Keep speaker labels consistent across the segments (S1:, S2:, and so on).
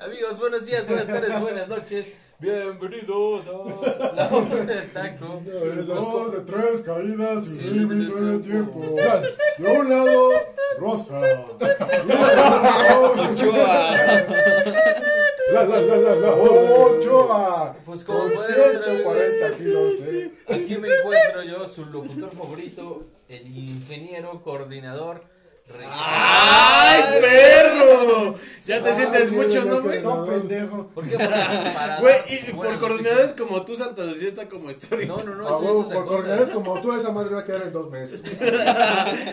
S1: Amigos, buenos días, buenas tardes, buenas noches. Bienvenidos a la hora del taco.
S2: De dos, de tres caídas sin
S1: Sí,
S2: límite
S1: límite
S2: de
S1: de
S2: tiempo. De un lado, rosa.
S1: Ochoa.
S2: La, la, la, la, la. Ochoa.
S1: Pues como
S2: Con
S1: pueden ver,
S2: 140 kilos de...
S1: aquí me encuentro yo, su locutor favorito, el ingeniero coordinador. Rey-
S3: ¡Ay, perro! Ya te
S2: Ah,
S3: sientes
S2: mira, ya
S3: mucho, ¿no,
S2: que
S3: güey?
S2: No, pendejo.
S1: ¿Por qué? Para- para
S3: Güey,
S1: dar
S3: y por
S1: buenas
S3: coordinadas
S1: noticias.
S3: como tú, Santa Lucía está como está ahorita.
S1: No, no, no,
S2: A
S1: eso es
S2: huevo,
S1: otra
S2: por
S1: cosa.
S2: coordenadas como tú, esa madre va a quedar en dos meses.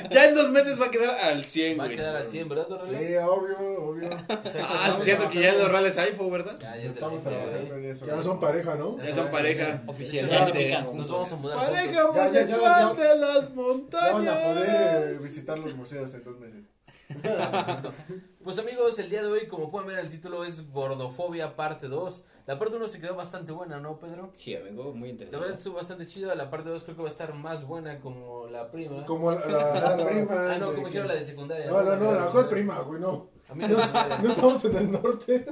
S3: Ya en dos meses va a quedar al 100,
S1: Va a
S3: güey.
S1: quedar así, en verdad, Dorale?
S2: Sí, obvio, obvio.
S1: Exacto,
S3: Ah, sí,
S1: estamos
S3: es cierto que ya los reales iPhone, ¿verdad?
S1: Ya, ya es de la
S2: Estamos
S1: India,
S2: trabajando
S1: güey.
S2: en eso. Ya son pareja, ¿no?
S3: Ya son pareja.
S1: De hecho,
S4: Ya se pican
S1: Nos
S4: juntos.
S1: vamos a mudar.
S3: Pareja
S1: juntos.
S2: Ya, ya, ya,
S3: homosexual
S2: ya.
S3: de las
S2: Ya van a
S3: montañas.
S2: poder eh, visitar los museos en dos meses.
S1: Pues amigos, el día de hoy, como pueden ver, el título es Gordofobia parte 2. La parte 1 se quedó bastante buena, ¿no, Pedro?
S4: Sí, vengo muy
S1: La
S4: entendido.
S1: verdad estuvo bastante chida. La parte 2 creo que va a estar más buena como la prima.
S2: Como la, la- la prima.
S1: Ah, no,
S2: de
S1: como
S2: que-
S1: quiero la de secundaria.
S2: No, no, no, la cual
S1: mejor
S2: prima, güey, no.
S1: Amigos,
S2: No estamos en el norte.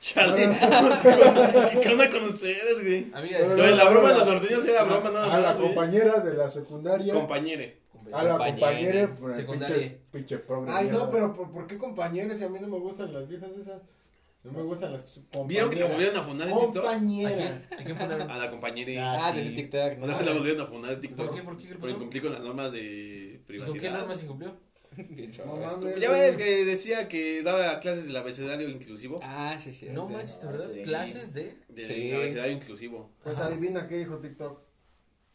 S3: Chale. ¿Qué onda con ustedes, güey?
S1: amigas,
S3: Lo de la broma de los norteños era broma nada más.
S2: A la
S3: güey.
S2: compañera de la secundaria.
S3: Compañere.
S2: A la
S4: Compañera.
S2: compañera. por el
S1: Secundaria.
S2: Pinche, pinche programa.
S5: Ay, no, pero ¿por, por qué compañeras? Si a mí no me gustan las viejas esas. No me gustan las su- compañeras.
S3: ¿Vieron que la volvieron a funar en TikTok?
S1: ¿a
S5: Compañera.
S1: quién, a quién funaron?
S3: A la compañere.
S4: Ah,
S3: sí.
S4: de ese TikTok.
S3: No, la volvieron a funar en TikTok.
S1: ¿Por qué? ¿Por qué? ¿Qué le
S3: Por
S1: pasó?
S3: incumplir con las normas de
S1: ¿Y ¿Con
S3: privacidad. Pues
S1: qué norma se incumplió?
S5: No mames.
S3: Ya ves que decía que daba clases del abecedario inclusivo.
S4: Ah, sí, sí.
S1: No manches, ¿de ¿verdad?
S4: Sí.
S1: Clases de.
S3: Del
S4: Sí.
S3: abecedario inclusivo.
S5: Pues adivina qué dijo TikTok.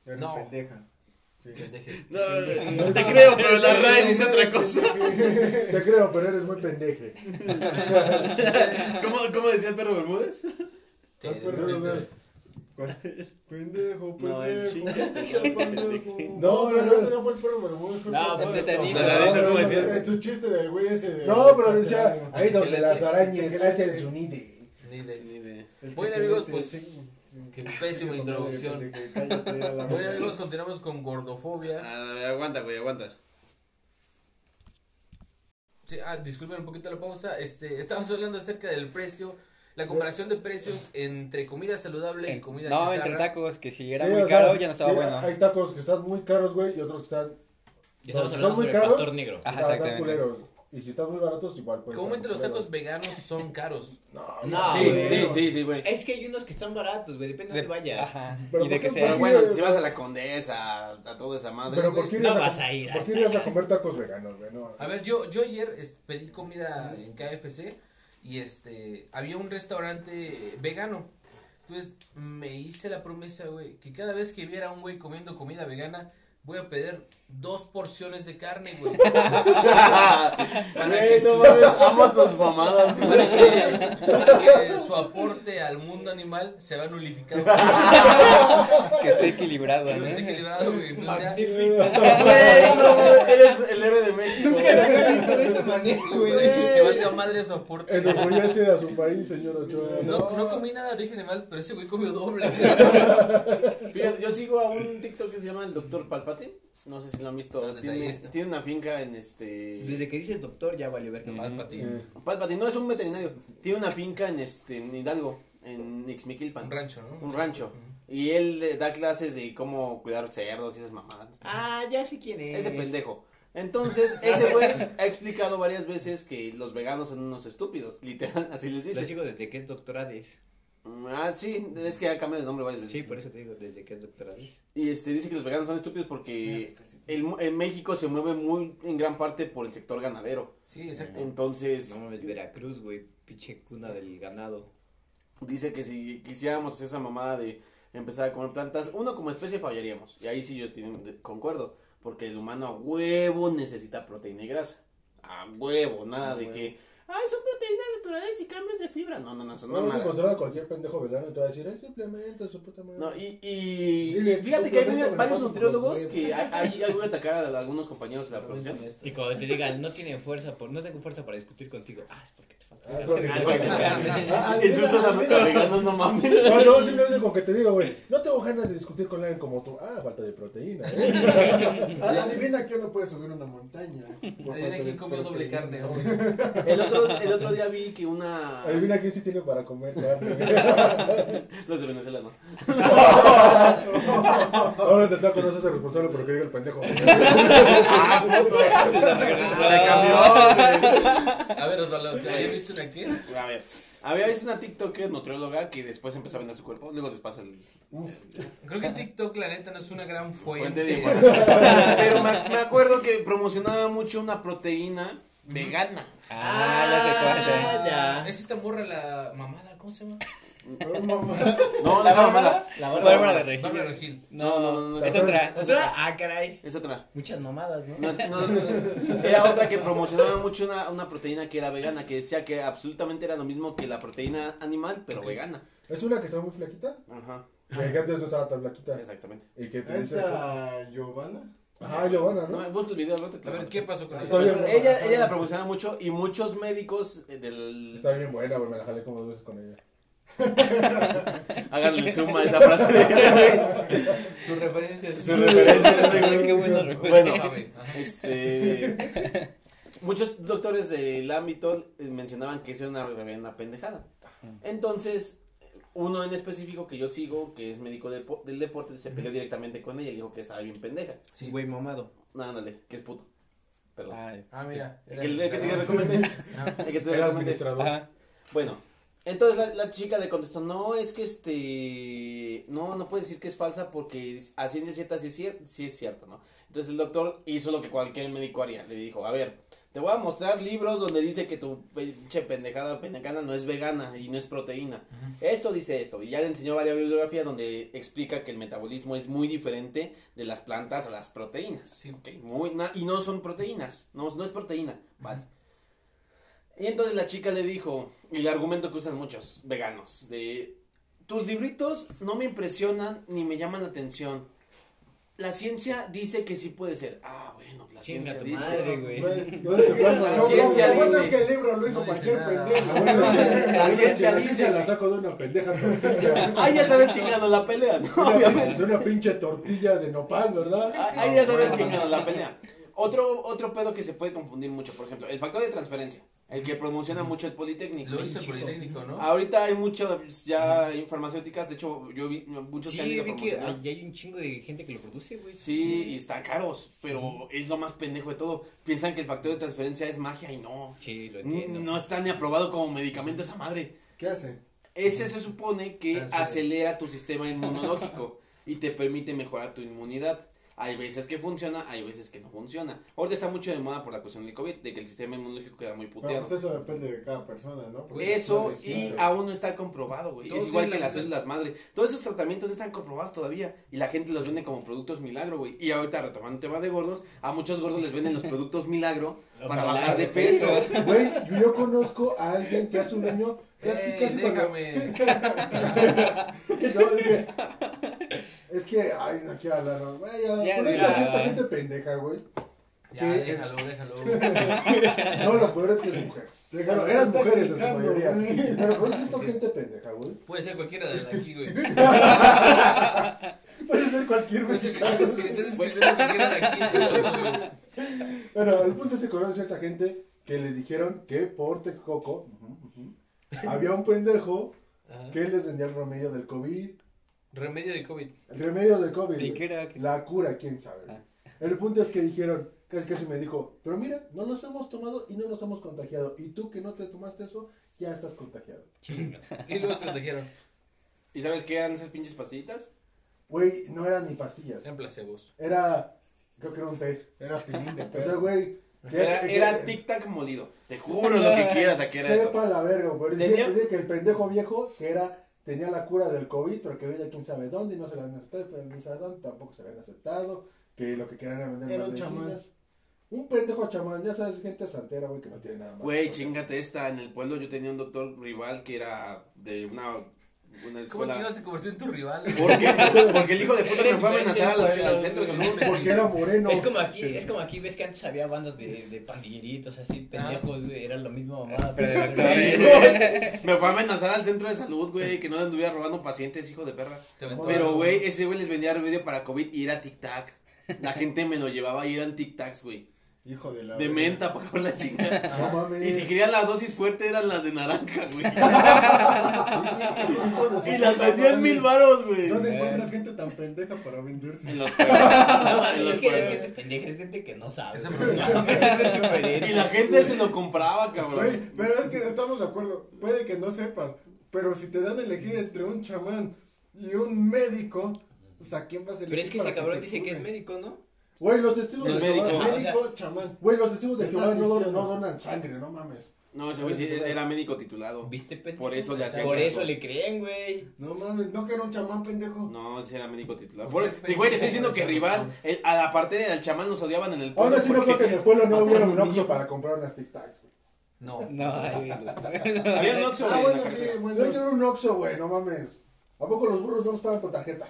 S5: Eres
S1: No.
S5: pendeja. Sí.
S1: Pendeje.
S3: No, no te creo, pero la RAE dice otra cosa.
S2: Te creo, pero eres muy pendeje.
S3: ¿Cómo, cómo decía el perro Bermúdez?
S1: Te-
S2: Ah, Pero no
S1: te-
S2: veas.
S5: Pendejo, pendejo.
S3: No, el chingate,
S5: pendejo.
S2: No,
S5: No, pero no,
S2: no.
S5: este no fue el perro Bermúdez. fue el
S4: No,
S5: otro.
S4: fue el tetanito.
S3: Tetanito, ¿cómo decía?
S5: Es un chiste del güey ese de.
S2: Eh, No, pero decía,
S5: El
S2: ahí donde
S1: Chiquilete.
S2: las arañas eh.
S5: Chiquilete.
S2: hacen su nide.
S1: Ni de.
S5: chiquilete,
S1: Bueno, amigos,
S5: sí,
S1: pues,
S5: sí, sí.
S1: Qué pésima
S5: Madre,
S1: introducción.
S5: pendejo, cállate a la
S1: Bueno,
S5: verga.
S1: amigos, continuamos con gordofobia.
S3: Ah, aguanta, güey, aguanta.
S1: Sí, ah, disculpen un poquito la pausa. Este, estábamos hablando acerca del precio, la comparación de precios entre comida saludable y comida
S4: no,
S1: chatarra.
S4: entre tacos, que si era
S2: Sí,
S4: muy
S2: o sea,
S4: caro ya no estaba
S2: sí,
S4: bueno.
S2: Hay tacos que están muy caros, güey, y otros que están.
S4: Ya estamos
S2: Son
S4: hablando
S2: muy
S4: sobre
S2: caros.
S4: pastor negro. Ajá,
S2: están- están
S4: exactamente.
S2: culeros. Y si están muy baratos, igual. pues,
S1: Comúnmente
S2: están
S1: los tacos
S2: culeros.
S1: veganos son caros.
S2: No,
S4: No,
S3: sí,
S4: güey.
S3: sí, sí, sí, Ah, güey. Eh,
S6: Es que hay unos que están baratos, güey, depende de
S4: De-
S6: dónde vayas.
S4: Ajá.
S2: Pero
S4: Y de
S2: por
S4: que
S2: ejemplo,
S4: sea.
S3: Pero bueno, si vas a la condesa, a toda esa madre.
S2: Pero
S3: güey.
S2: ¿por qué
S6: No
S2: irías
S6: vas a ir
S2: ¿Por qué
S6: hasta
S2: irías a comer tacos veganos, güey? No.
S1: A ver, yo, yo ayer es- pedí comida en KFC y este había un restaurante vegano. Entonces me hice la promesa, güey, que cada vez que viera a un güey comiendo comida vegana, voy a pedir dos porciones de carne, güey. para, que
S3: Güey, no
S1: su,
S3: mames, amo tus mamadas.
S1: para que- para que su aporte al mundo animal se vea nulificado.
S4: Que esté equilibrado, ¿no?
S1: Desequilibrado, güey. Entonces, ya-
S3: Güey, no mames, eres el héroe de México.
S6: visto de esa manera,
S1: Güey, que valga madre su aporte.
S2: Enorgullece a su país, señor Ochoa.
S1: No, no comí nada de origen animal, pero ese güey comió doble.
S3: Fíjate, yo sigo a un TikTok que se llama el Doctor Palpatine. No sé si lo han visto.
S1: Desde ahí
S3: Tiene,
S1: está.
S3: tiene una finca en este.
S6: Desde que dices doctor ya valió ver que mal.
S1: Palpatine,
S3: Palpatine no es un veterinario. Tiene una finca en este en Hidalgo, en Ixmiquilpan.
S1: Un rancho, ¿no?
S3: Un rancho. Y él eh, da clases de cómo cuidar cerdos y esas mamadas.
S6: Ah, ya sé quién es.
S3: Ese pendejo. Entonces, ese güey ha explicado varias veces que los veganos son unos estúpidos, literal, así les
S6: Lo
S3: dice.
S6: sigo desde que es doctor Hades.
S3: Ah, sí, es que ha cambiado de nombre varias veces.
S6: Sí, por eso te digo, desde que es doctor Hades.
S3: Y este, dice que los veganos son estúpidos porque el, mu- en México se mueve muy, en gran parte por el sector ganadero.
S1: Sí, exacto.
S3: Entonces,
S6: No mames, Veracruz, güey, pinche cuna del ganado.
S3: dice que si quisiéramos hacer esa mamada de empezar a comer plantas, uno como especie fallaríamos. Y ahí sí yo tienen- de- concuerdo, porque el humano a huevo necesita proteína y grasa. A huevo, nada de que, ay, son proteínas naturales y cambios de fibra. No, no, no, son
S2: No vas a
S3: mamadas.
S2: encontrar a cualquier pendejo vegano y te va a decir, es simplemente su puta madre.
S3: No, y, y
S2: Dile,
S3: fíjate que hay
S2: suplemento
S3: varios-
S2: me
S3: varios
S2: paso por
S3: nutriólogos
S2: los
S3: que hay, hay, hay una atacada de algunos compañeros de la profesión.
S4: Y cuando te digan, no tiene fuerza, por, no tengo fuerza para discutir contigo. Ah, es porque te falta.
S2: Ah, porque- Ah, adivina,
S3: Insultos a
S2: adivina.
S3: a veganos, no mames.
S2: No, no, sí lo único que te digo, güey. No tengo ganas de discutir con alguien como tú. Ah, falta de proteína, ¿eh?
S5: Ah, Adivina quién no puede subir una montaña.
S1: Adivina quién comió doble carne hoy.
S3: El otro, el otro día vi que una.
S2: Adivina quién sí tiene para comer carne.
S3: Los de Venezuela no.
S2: Ahora te toca no ser responsable por lo que diga el pendejo.
S1: Ah, A ver, Osvaldo, ¿ayer viste una qué?
S3: A ver. Había visto una TikToker nutrióloga que después empezó a vender su cuerpo. Luego les paso el.
S1: Creo que TikTok, la neta, no es una gran
S3: Fuente
S1: fuente.
S3: de información. Pero me, me acuerdo que promocionaba mucho una proteína vegana.
S4: Ah, ya se
S1: Ah,
S4: acuerda.
S1: ya. Es esta morra la mamada, ¿cómo se llama?
S5: No, mamá.
S3: No, no es mala.
S4: La
S6: Pues,
S3: Bárbara
S4: Bárbara de
S1: Bárbara
S4: Regil.
S1: Regil.
S3: No, no, no, no,
S4: Es
S3: no.
S4: otra.
S3: Es otra.
S4: Ah, caray.
S3: Es otra.
S4: Muchas mamadas, ¿no?
S3: No, es- no, no, era otra que promocionaba mucho una, una proteína que era vegana, que decía que absolutamente era lo mismo que la proteína animal, pero vegana.
S2: Es una que está muy flaquita.
S3: Ajá,
S2: Que antes no estaba tan flaquita.
S3: exactamente.
S2: Y que te dice.
S5: Esta Giovanna.
S2: Ah, Giovanna,
S3: No,
S2: ¿no?
S3: busca el video, al rato te
S1: A
S3: lo
S1: ver,
S3: mando.
S1: ¿qué pasó con
S2: Está
S1: ella?
S2: bien.
S3: Ella, ella la promocionaba mucho y muchos médicos eh, del...
S2: Está bien buena, güey. Me la jalé como dos veces con ella.
S3: Háganle suma a esa frase de ese güey.
S1: Su referencia es...
S3: Su referencia de ese güey.
S4: Qué bueno,
S3: Bueno.
S1: Pues Sabe, ajá.
S3: Este... Muchos doctores del ámbito eh, mencionaban que eso era una reverenda pendejada. Entonces, uno en específico que yo sigo, que es médico del, po- del deporte, se peleó directamente con ella y le dijo que estaba bien pendeja.
S1: Sí.
S6: Güey, mamado.
S3: No, ándale, que es puto. Perdón.
S1: Ah, mira.
S3: el, que, el que te recomendé. El que
S2: Era
S3: te recomendé.
S2: administrador.
S4: Ajá.
S3: Bueno, entonces la, la chica le contestó, no, es que este, no, no puedes decir que es falsa porque a ciencia cierta sí es, cier- sí es cierto, ¿no? Entonces el doctor hizo lo que cualquier médico haría, le dijo, a ver, te voy a mostrar libros donde dice que tu pinche pendejada pendejana no es vegana y no es proteína. Esto dice esto, y ya le enseñó varias bibliografías donde explica que el metabolismo es muy diferente de las plantas a las proteínas.
S1: Sí.
S3: ok, muy, na- y no son proteínas, no, no es proteína, vale. Y entonces la chica le dijo, y el argumento que usan muchos veganos, de tus libritos no me impresionan ni me llaman la atención. La ciencia dice que sí puede ser. Ah, bueno, la
S4: Chinga
S3: ciencia
S4: tu
S3: dice.
S4: madre, güey.
S5: Güey, yo se fue.
S3: La
S5: Lo-
S3: ciencia
S5: lo bueno
S3: dice.
S5: es que el libro lo
S1: No
S5: hizo
S1: dice
S5: cualquier
S1: nada.
S5: pendejo.
S2: Bueno,
S3: La ciencia
S2: la
S3: dice.
S2: la saco de una pendeja tortilla.
S3: Ah, ya sabes quién ganó la pelea, ¿no? Obviamente.
S2: De una pinche tortilla de nopal, ¿verdad?
S3: Ah, Ahí ya sabes quién ganó la pelea. Otro, otro pedo que se puede confundir mucho, por ejemplo, el factor de transferencia, el que promociona mucho el Politécnico.
S1: Lo hizo el Politécnico, ¿no?
S3: Ahorita hay muchas ya farmacéuticas, de hecho, yo vi muchos se han
S4: Sí,
S3: ido a
S4: vi que
S3: promocionar.
S4: ahí hay un chingo de gente que lo produce, güey.
S3: Sí, y están caros, pero es lo más pendejo de todo. Piensan que el factor de transferencia es magia y no.
S4: Sí, lo entiendo.
S3: No está ni aprobado como medicamento esa madre.
S5: ¿Qué hace?
S3: Ese se supone que
S1: Transferencia.
S3: acelera tu sistema inmunológico y te permite mejorar tu inmunidad. Hay veces que funciona, hay veces que no funciona. Ahorita está mucho de moda por la cuestión del COVID, de que el sistema inmunológico queda muy
S5: Bueno,
S3: puteado.
S5: pues eso depende de cada persona, ¿no? Porque
S3: Eso
S5: cada
S3: y
S5: persona-
S3: aún no está comprobado, güey.
S1: Todo
S3: Es igual
S1: tiene
S3: que
S1: la
S3: las
S1: misma-
S3: células madre. Todos esos tratamientos no están comprobados todavía y la gente los vende como productos milagro, güey. Y ahorita retomando el tema de gordos, a muchos gordos les venden los productos milagro para
S4: Ojalá,
S3: bajar de
S4: güey.
S3: peso.
S2: Güey, yo, yo conozco a alguien que hace un año casi,
S1: Ey,
S2: casi cuando-
S1: Eh, déjame.
S2: No, es que, es que, ay, no quiero hablar, no. Güey, ya,
S4: Ya,
S2: conozco a
S4: ya.
S2: cierta gente pendeja, güey.
S1: Ya,
S2: ¿Qué?
S1: déjalo, déjalo.
S2: No, lo peor es que es mujer. Bueno,
S5: Déjalo,
S2: eran
S5: está
S2: mujeres en su
S5: explicando,
S2: mayoría.
S5: güey.
S2: Pero conozco a gente pendeja, güey.
S1: Puede ser cualquiera de aquí, güey.
S2: Puede ser cualquier
S1: Puede ser que
S2: mexicano.
S1: estás escribiendo cualquiera de aquí. güey.
S2: Bueno, el punto es que conozco a cierta gente que les dijeron que por Texcoco había un pendejo
S1: Ajá.
S2: que les vendía el remedio del COVID.
S1: Remedio de COVID.
S2: El remedio del COVID.
S4: ¿Y
S2: güey.
S4: qué era? ¿Qué- Ah.
S2: La cura, quién sabe. güey. El punto es que dijeron, casi casi me dijo, pero mira, no nos hemos tomado y no nos hemos contagiado. Y tú que no te tomaste eso, ya estás contagiado.
S1: Y luego se contagiaron.
S3: ¿Y sabes qué eran esas pinches pastillitas?
S2: Güey, no eran ni pastillas.
S1: En placebos.
S2: Era, creo que era un té.
S5: Era pilín de
S2: O sea,
S5: perro.
S2: güey. que-
S3: Era,
S2: que-
S3: era tic-tac molido. Te juro lo que quieras a que era eso.
S2: Sepa la verga, güey. Dice,
S3: Tenía-
S2: dice que el pendejo viejo que era, tenía la cura del COVID, pero que veía quién sabe dónde y no se la habían aceptado, pero quién sabe dónde, tampoco se la habían aceptado, que lo que querían era vender
S5: Era
S2: más
S5: un chamán.
S2: medicinas. Un pendejo chamán, ya sabes, gente santera, güey, que no tiene nada más.
S3: Güey, chingate esta. En el pueblo yo tenía un doctor rival que era de una, una
S1: ¿Cómo
S3: escuela.
S1: chino se convirtió en tu rival?
S3: ¿Por qué? Porque el hijo de puta me fue a amenazar al, al centro de salud.
S2: Porque era moreno.
S4: Es como aquí, es como aquí, ves que antes había bandas de, de pandilleritos
S3: Ah.
S4: así, pendejos, güey, era lo mismo
S3: Eh,
S4: mamada, pero de
S3: Sí,
S4: doctores.
S3: Me fue a amenazar al centro de salud, güey, que no anduviera robando pacientes, hijo de perra.
S1: Te aventó
S3: Pero,
S1: algo.
S3: güey, ese güey les vendía remedio para COVID y era tic-tac. La gente me lo llevaba y eran tic-tacs, güey.
S5: Hijo de la.
S3: De
S5: verga. Ah,
S3: menta para acabar la chingada.
S2: No mames.
S3: Y si querían la dosis fuerte eran las de naranja, güey.
S5: Hijo de su
S3: Y las
S5: puta
S3: vendían
S5: madre.
S3: mil varos, güey.
S5: ¿Dónde encuentras gente tan pendeja para venderse?
S3: En los pueblos. En
S4: Ah, es,
S3: los
S4: que, es
S3: pueblos.
S4: que es pendeja, es gente que no sabe.
S1: Ese
S4: güey.
S1: problema.
S4: Es diferente.
S3: Y la gente se lo compraba,
S5: Güey,
S3: cabrón.
S5: pero es que estamos de acuerdo. Puede que no sepas, pero si te dan a elegir entre un chamán y un médico, pues a quién vas a elegir.
S6: Pero es que
S5: para
S6: ese cabrón
S5: te
S6: dice que es
S5: cure?
S6: médico, ¿no?
S2: Güey, los testigos
S3: Es
S2: de
S3: médico.
S2: Jehová.
S4: Ah, o
S5: Médico, chamán.
S2: Güey, los testigos de
S5: Está
S2: Jehová no, don-
S5: asfixiado.
S2: no donan sangre, no mames.
S3: No, ese güey sí era médico titulado.
S4: ¿Viste, pendejo?
S3: Por eso le hacían
S4: Por
S3: caso.
S4: eso le creen, güey.
S5: No mames, no que era un chamán, pendejo.
S3: No, sí era médico titular.
S1: Por-
S3: Por- te- güey, te estoy diciendo que rival, el- a la parte del chamán nos odiaban en el pueblo.
S2: Ahora sí no creo que
S3: porque
S2: en el pueblo no hubiera un
S3: mataron a un
S2: Oxxo
S3: niño.
S2: para comprar unas Tic Tacs. güey.
S1: No.
S6: No,
S4: pues,
S3: Había un Oxxo,
S5: Ah,
S3: güey, en
S5: bueno, sí,
S3: la carretera.
S5: bueno.
S2: Yo quiero un Oxxo, güey, no mames. ¿A poco los burros no los pagan con tarjeta?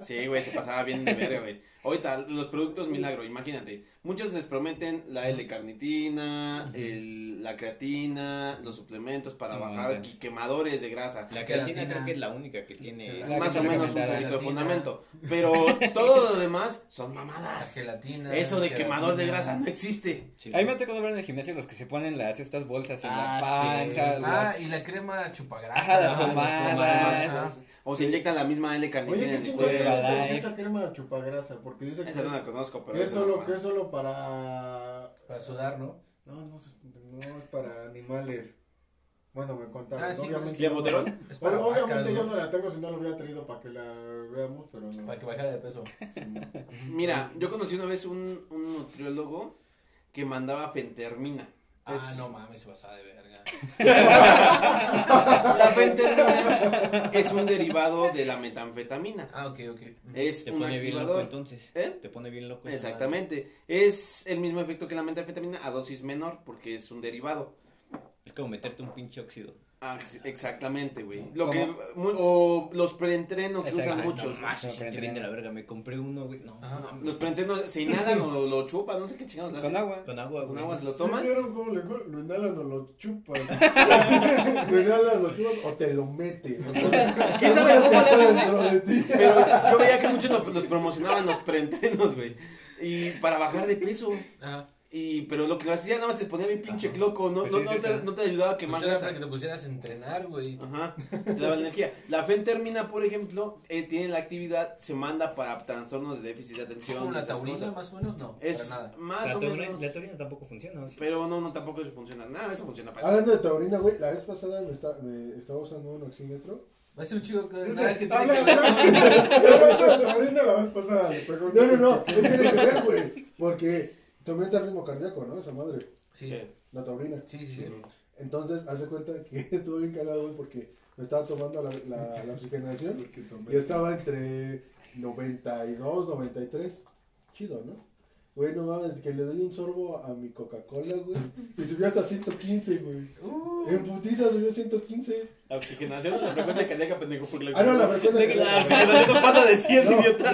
S3: Sí, güey, se pasaba bien de verga, güey. Ahorita, los productos milagro, imagínate. Muchos les prometen la L-carnitina, el- la creatina, los suplementos para
S4: Un
S3: bajar
S4: montón.
S3: y quemadores de grasa.
S1: creatina.
S4: La creatina creo que es la única que tiene.
S1: La
S3: Más o menos un
S1: recomendada.
S3: poquito de
S1: Creatina.
S3: fundamento. Pero todo lo demás son
S1: La
S3: mamadas.
S1: gelatina.
S3: Eso de
S1: la
S3: quemador de
S1: gelatina.
S3: grasa no existe.
S7: A mí me ha tocado ver en el gimnasio los que se ponen las estas bolsas en la
S4: Ah, sí.
S7: panza.
S1: Ah,
S7: las-
S1: y la crema
S7: Ajá,
S1: chupagrasa.
S7: las
S1: ¿no?
S5: Ah,
S7: pomadas.
S1: pomadas.
S3: O se inyectan la misma L-carnitina
S5: Oye, qué
S3: en el
S5: chingón
S7: de
S5: es
S3: cuerpo.
S7: Herbalife.
S5: esa- esa crema chupagrasa, porque dice que es,
S3: Esa no la conozco, pero.
S5: que es
S3: es una
S5: solo,
S3: mamada.
S5: que es solo para...
S1: Para sudar, ¿no?
S5: No, no, no es para animales. Bueno, me contaron.
S1: Ah, sí,
S5: obviamente,
S1: pues,
S3: ¿Le botaron?
S5: Ob-
S1: Es para vacas,
S5: obviamente
S1: ¿no?
S5: yo no la tengo si no la hubiera traído para que la veamos, pero no.
S1: Para que bajara de peso.
S3: Mira, yo conocí una vez un, un nutriólogo que mandaba fentermina.
S1: Ah,
S3: Es-
S1: no mames, se pasaba de verga.
S3: La fentermina es un derivado de la metanfetamina.
S1: Ah, ok, ok.
S3: Es
S4: Te
S3: un
S4: pone bien loco
S3: activador.
S4: entonces. pues,
S3: ¿Eh?
S4: Te pone bien loco. esa
S3: Exactamente. Es el mismo efecto que la metanfetamina a dosis menor porque es un derivado.
S4: madre. Es como meterte un pinche óxido.
S3: Ah, sí, exactamente, güey. Lo
S7: ¿Cómo?
S3: que mu- o los preentrenos que usan
S7: Exacto.
S3: muchos.
S4: No más,
S7: Me
S4: sí,
S7: prende
S4: te viene
S7: nada.
S4: la verga. Me compré uno, güey. No,
S1: Ajá.
S4: mames.
S3: Los preentrenos se inhalan o lo chupan, no sé qué chingados le
S7: Con
S3: hacen.
S7: agua.
S4: Con agua,
S3: Con
S4: güey.
S3: agua se lo
S5: ¿Sí
S3: toman.
S5: vieron cómo le dijo? Lo inhalan o lo chupan.
S2: Lo inhalas, lo chupas o te lo metes.
S3: ¿Quién sabe cómo le hacen, eh?
S2: Dentro
S3: güey?
S2: de ti.
S3: Pero yo veía que muchos lo- los promocionaban los preentrenos, güey. Y para bajar de peso.
S1: Ajá.
S3: Y, pero lo que lo hacía nada más te ponía bien pinche loco, no,
S7: Pues
S3: no,
S7: sí,
S3: no
S7: sí,
S3: te,
S7: sí.
S3: no te ayudaba a
S1: Que
S3: quemar
S1: Pues era
S3: grasa.
S1: para que te pusieras a entrenar, güey.
S3: Ajá, te daba energía. La fentermina, por ejemplo, eh, tiene la actividad, se manda para trastornos de déficit de
S1: Es
S3: atención.
S1: como la
S3: esas
S1: taurina,
S3: cosas.
S1: más o menos, no.
S3: Es
S1: Para nada.
S3: más
S4: La
S3: o
S4: taurina,
S3: menos.
S4: la taurina tampoco funciona. ¿o sí?
S3: Pero no, no, tampoco eso funciona. Nada, eso funciona para eso.
S2: Hablando de taurina, güey, la vez pasada me, esta- me estaba usando un oxímetro.
S1: Va a ser un chico que nada que
S5: Dice,
S1: tiene
S5: habla
S1: que
S5: habla- habla- habla- Ahorita la vez pasada le pegó un-
S2: No, no, no, no tiene que ver, güey. Porque te aumenta el ritmo cardíaco, ¿no? Esa madre,
S1: Sí,
S2: la taurina.
S1: sí, sí. sí.
S2: Entonces, hace cuenta que estuve bien cagado, güey, porque me estaba tomando la, la, la oxigenación
S5: Porque tomé.
S2: y estaba entre 92, 93. Chido, ¿no? Güey, no mames, que le doy un sorbo a mi Coca-Cola, güey. Y subió hasta 115, güey.
S1: Uh,
S2: En putiza subió 115.
S3: La oxigenación, la frecuencia cardíaca, pendejo. Porque la
S2: Ah, no, la frecuencia cardíaca.
S3: oxigenación pasa de 100,
S2: No.
S3: idiota.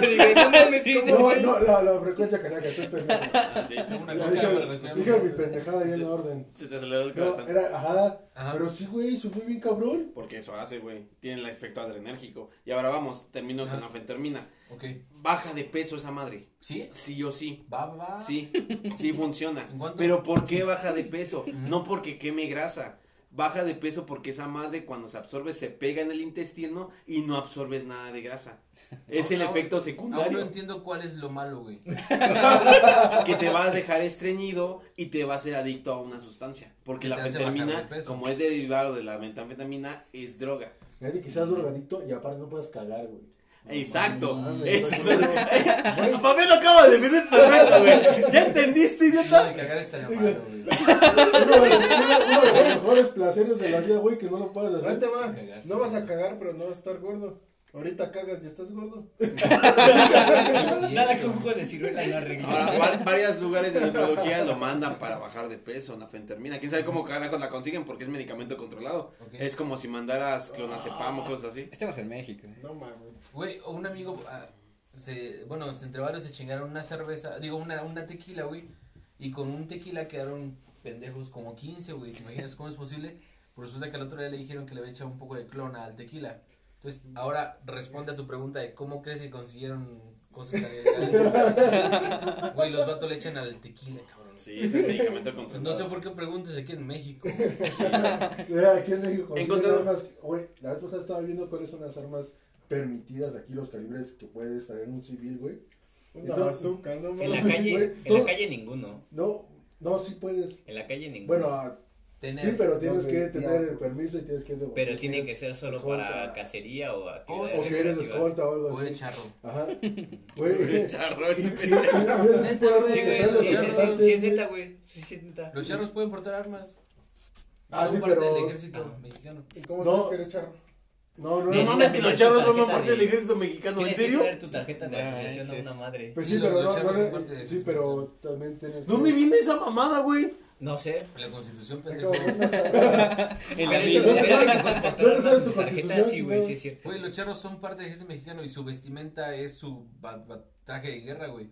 S2: No, no, la, la frecuencia cardíaca, estoy pendejo.
S3: Sí,
S1: una
S2: Ya,
S1: coca para
S2: Dije,
S1: respirar.
S2: dije mi pendejada ya en orden.
S3: se te aceleró el
S2: No,
S3: corazón.
S2: era, ajá,
S1: Ajá.
S2: pero sí, güey, subió bien cabrón.
S3: Porque eso hace, güey. Tiene el efecto adrenérgico. Y ahora vamos, termino con la fentermina.
S1: Ok.
S3: Baja de peso esa madre.
S1: ¿Sí?
S3: Sí o sí.
S1: Va, va, va.
S3: Sí, sí funciona.
S1: ¿En cuánto?
S3: Pero ¿por qué baja de peso? No porque queme grasa. Baja de peso porque esa madre cuando se absorbe se pega en el intestino y no absorbes nada de grasa. Es el
S1: Ahora-
S3: efecto
S1: Aún no
S3: secundario
S1: entiendo cuál es lo malo, güey.
S3: que te vas a dejar estreñido y te va a ser adicto a una sustancia. Porque
S1: Que
S3: la
S1: te hace bajar de
S3: metamfetamina,
S1: peso.
S3: como es derivado de la metanfetamina, es droga.
S2: Me dice, quizás drogadicto y aparte no puedes cagar, güey.
S3: Exacto.
S2: mames,
S3: Eso
S2: no,
S3: es-
S2: no, no.
S3: Güey, Papel lo acaba de definir perfecto, güey. ¿Ya entendiste,
S1: Lo de
S3: idiota?
S1: cagar está lo malo, güey.
S2: Uno de, los, uno de los mejores placeres de la vida, güey, que no lo puedes
S5: Ahí
S2: hacer.
S5: te va.
S1: Es cagarse,
S5: No vas
S1: sí.
S5: a cagar, pero no vas a estar gordo. Ahorita cagas y estás gordo.
S3: Pues
S4: Nada que un jugo de ciruela no arregla.
S3: Ahora, va- varios lugares de nutriología lo mandan para bajar de peso, la fentermina. ¿Quién sabe cómo carajos la consiguen? Porque es medicamento controlado.
S1: Ok.
S3: Es como si mandaras clonazepam o cosas así.
S7: Estamos en México.
S5: No mames.
S1: Güey, un amigo, ah, se, bueno, se- entre varios se chingaron una cerveza, digo, una, una tequila, güey. Y con un tequila quedaron pendejos como 15, güey. ¿Te imaginas cómo es posible? Pues resulta que al otro día le dijeron que le había echado un poco de clona al tequila. Entonces, ahora responde a tu pregunta de cómo crees que consiguieron cosas tan elegantes. Güey, los vatos le echan al tequila, cabrón.
S3: Sí, es el medicamento contra.
S1: Pues no sé por qué preguntas aquí en México.
S2: Mira, aquí en México. sí
S3: Encontrado-
S2: hay armas- Güey, la vez pasada estaba viendo cuáles son las armas permitidas aquí, los calibres que puedes traer un civil, güey.
S5: Una
S2: Entonces-
S5: bazooka, no
S4: En la
S5: mames.
S2: Güey,
S4: calle, en
S2: todo-
S4: la calle ninguno.
S2: No, no, sí puedes.
S4: En la calle ninguno.
S2: Bueno, ah,
S1: Tener.
S2: sí, pero tienes
S5: no,
S2: que
S5: güey,
S2: tener
S5: ya.
S2: el permiso y tienes que.
S4: pero tiene que ser solo
S2: escolta.
S4: para cacería o
S1: O
S2: O
S1: sí,
S2: que eres
S4: actividades activas.
S2: escolta o algo
S1: O de
S2: así.
S1: charro.
S2: Ajá. Güey.
S3: Charro, ese
S2: Sí,
S3: pendejo.
S1: güey,
S4: Sí,
S1: Pero
S4: güey, sí, sí,
S1: los
S4: sí, sí, es
S2: sí,
S4: neta, güey. Sí, sí, es neta.
S1: Los charros pueden portar armas.
S2: Ah,
S1: Son
S2: sí,
S1: parte
S2: pero- Ah.
S1: del ejército mexicano.
S5: ¿Y cómo
S2: No.
S5: sabes que eres charro?
S2: No, no,
S3: No
S2: no.
S3: mames, que los charros forman
S4: Tarjeta
S3: parte del
S4: de-
S3: ejército mexicano, ¿en
S4: Tienes que
S3: serio?
S4: traer tu tarjeta de
S7: Ah,
S4: asociación a
S7: sí.
S4: una madre.
S2: Pues
S1: Sí,
S2: sí,
S1: los-
S2: pero
S1: los
S2: no, no
S1: charros
S2: le-
S1: son parte de-
S2: Sí, pero también tienes que-
S3: ¿Dónde viene esa mamada, güey?
S4: No sé.
S1: La constitución
S5: Es
S1: pendejo.
S5: como una charra.
S7: En la
S4: Pero eso-
S7: Biblia.
S4: pero que puedes portar
S2: ¿dónde sabes
S4: armas
S2: tu
S4: en tarjeta,
S2: constitución,
S4: sí, güey,
S2: chingado?
S4: sí es cierto.
S1: Güey, los charros son parte del ejército mexicano y su vestimenta es su ba- ba- traje de guerra, güey.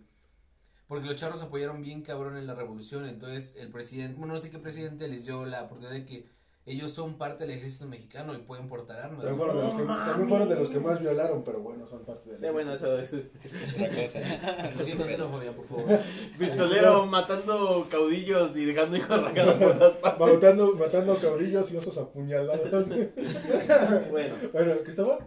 S1: Porque los charros apoyaron bien cabrón en la revolución, entonces el presidente, bueno, no sé qué presidente les dio la oportunidad de que ellos son parte del ejército mexicano y pueden portar armas.
S2: También
S1: güey.
S2: fueron, de los que,
S3: No
S2: también fueron de los que más violaron, pero bueno, son parte de
S3: Sí, bueno, eso es.
S7: Otra cosa.
S1: Sí, continúa, Fabián, por favor.
S3: Pistolero matando caudillos y dejando hijos rasgados por todas partes.
S2: Matando, matando cabrillos y osos apuñalados.
S3: Bueno,
S2: bueno, ¿qué estaba?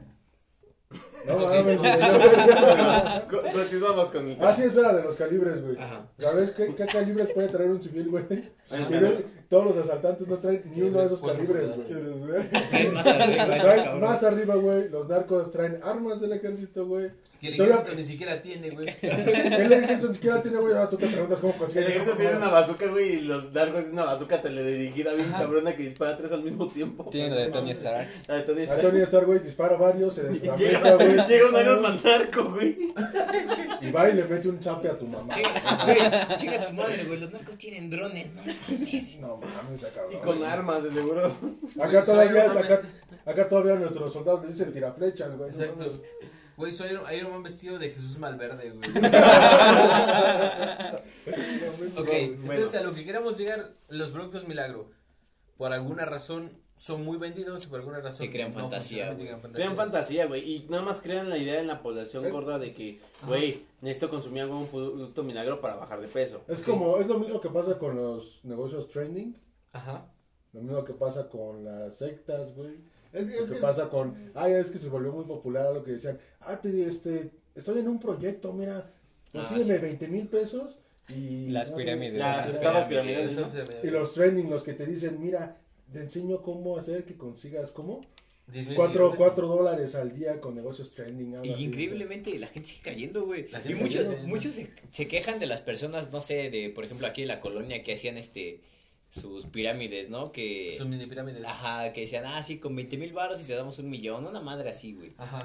S2: No
S1: Ok.
S2: mames, güey, no.
S3: co- continuamos con el.
S2: Ah, sí, espera, de los calibres, güey.
S4: Ajá.
S2: ¿Sabes qué, qué calibres puede traer un civil, güey?
S3: Ah,
S2: Y ves, Todos los asaltantes no traen ni uno de esos
S1: Cuatro,
S2: calibres, güey.
S5: ¿Quieres ver?
S4: Traen más arriba, esos
S2: Traen
S4: cabrones.
S2: más arriba, güey. Los narcos traen armas del ejército, güey.
S1: Que el
S2: Todavía-
S1: ejército ni siquiera tiene, güey.
S2: El ejército ni siquiera tiene, güey. Ahora tú te preguntas cómo
S3: El
S2: consiguen
S3: ejército tiene una bazooka, güey, y los narcos tienen una bazooka teledirigida bien cabrona que dispara tres al mismo tiempo.
S7: Tiene lo de Tony Stark.
S3: La de Tony
S2: A
S3: Stark.
S2: Tony Stark, güey, dispara varios, se
S3: Y
S2: desplazó,
S3: Llega,
S2: güey.
S3: llega un Iron Man narco, güey.
S2: Y va y le mete un chape a tu mamá.
S4: Chinga- güey, Chinga tu madre, güey. Los narcos tienen drones, no mames.
S2: No mames, está cabrón.
S3: Y con armas, de seguro.
S2: Acá
S1: Güey,
S2: todavía,
S1: Iron Man
S2: acá, acá todavía nuestros soldados le dicen tiraflechas, güey. no
S1: Exacto.
S2: mames.
S1: Güey, soy Iron, Iron Man vestido de Jesús Malverde, güey. Ok,
S3: Bueno.
S1: entonces a lo que queremos llegar, los productos milagro, por alguna razón son muy vendidos y por alguna razón
S4: Y crean fantasía,
S1: funcionan,
S4: güey.
S1: y
S3: Crean fantasía, güey. Y nada más crean la idea en la población
S5: Es-
S3: gorda de que, güey, necesito consumir algún producto milagro para bajar de peso.
S2: Es como, es lo mismo que pasa con los negocios trending,
S1: Ajá.
S2: lo mismo que pasa con las sectas, güey.
S5: Es que,
S2: Lo
S5: es
S2: que
S5: que
S2: pasa con, ay, es que se volvió muy popular algo que decían, ah, te, este, estoy en un proyecto, mira, consígueme 20 mil pesos y...
S7: Las
S2: no sé,
S7: pirámides.
S3: Las
S2: Las
S3: estabas
S1: Eso
S3: piramidales, ¿no?
S1: se me-
S2: Y los trending, los que te dicen, mira, te enseño cómo hacer que consigas, ¿cómo?
S1: Diez mil
S2: Cuatro,
S1: seguidores.
S2: cuatro dólares al día con negocios trending. algo
S4: Y
S2: así.
S4: increíblemente la gente sigue cayendo, güey.
S1: La
S4: Y
S1: gente sigue
S4: muchos,
S1: cayendo.
S4: muchos se, se quejan de las personas, no sé, de, por ejemplo, aquí en la colonia que hacían este sus pirámides, ¿no? Que.
S1: Son mini pirámides.
S4: Ajá, que decían, ah, sí, con 20 mil baros y te damos un millón, una madre así, güey.
S1: Ajá.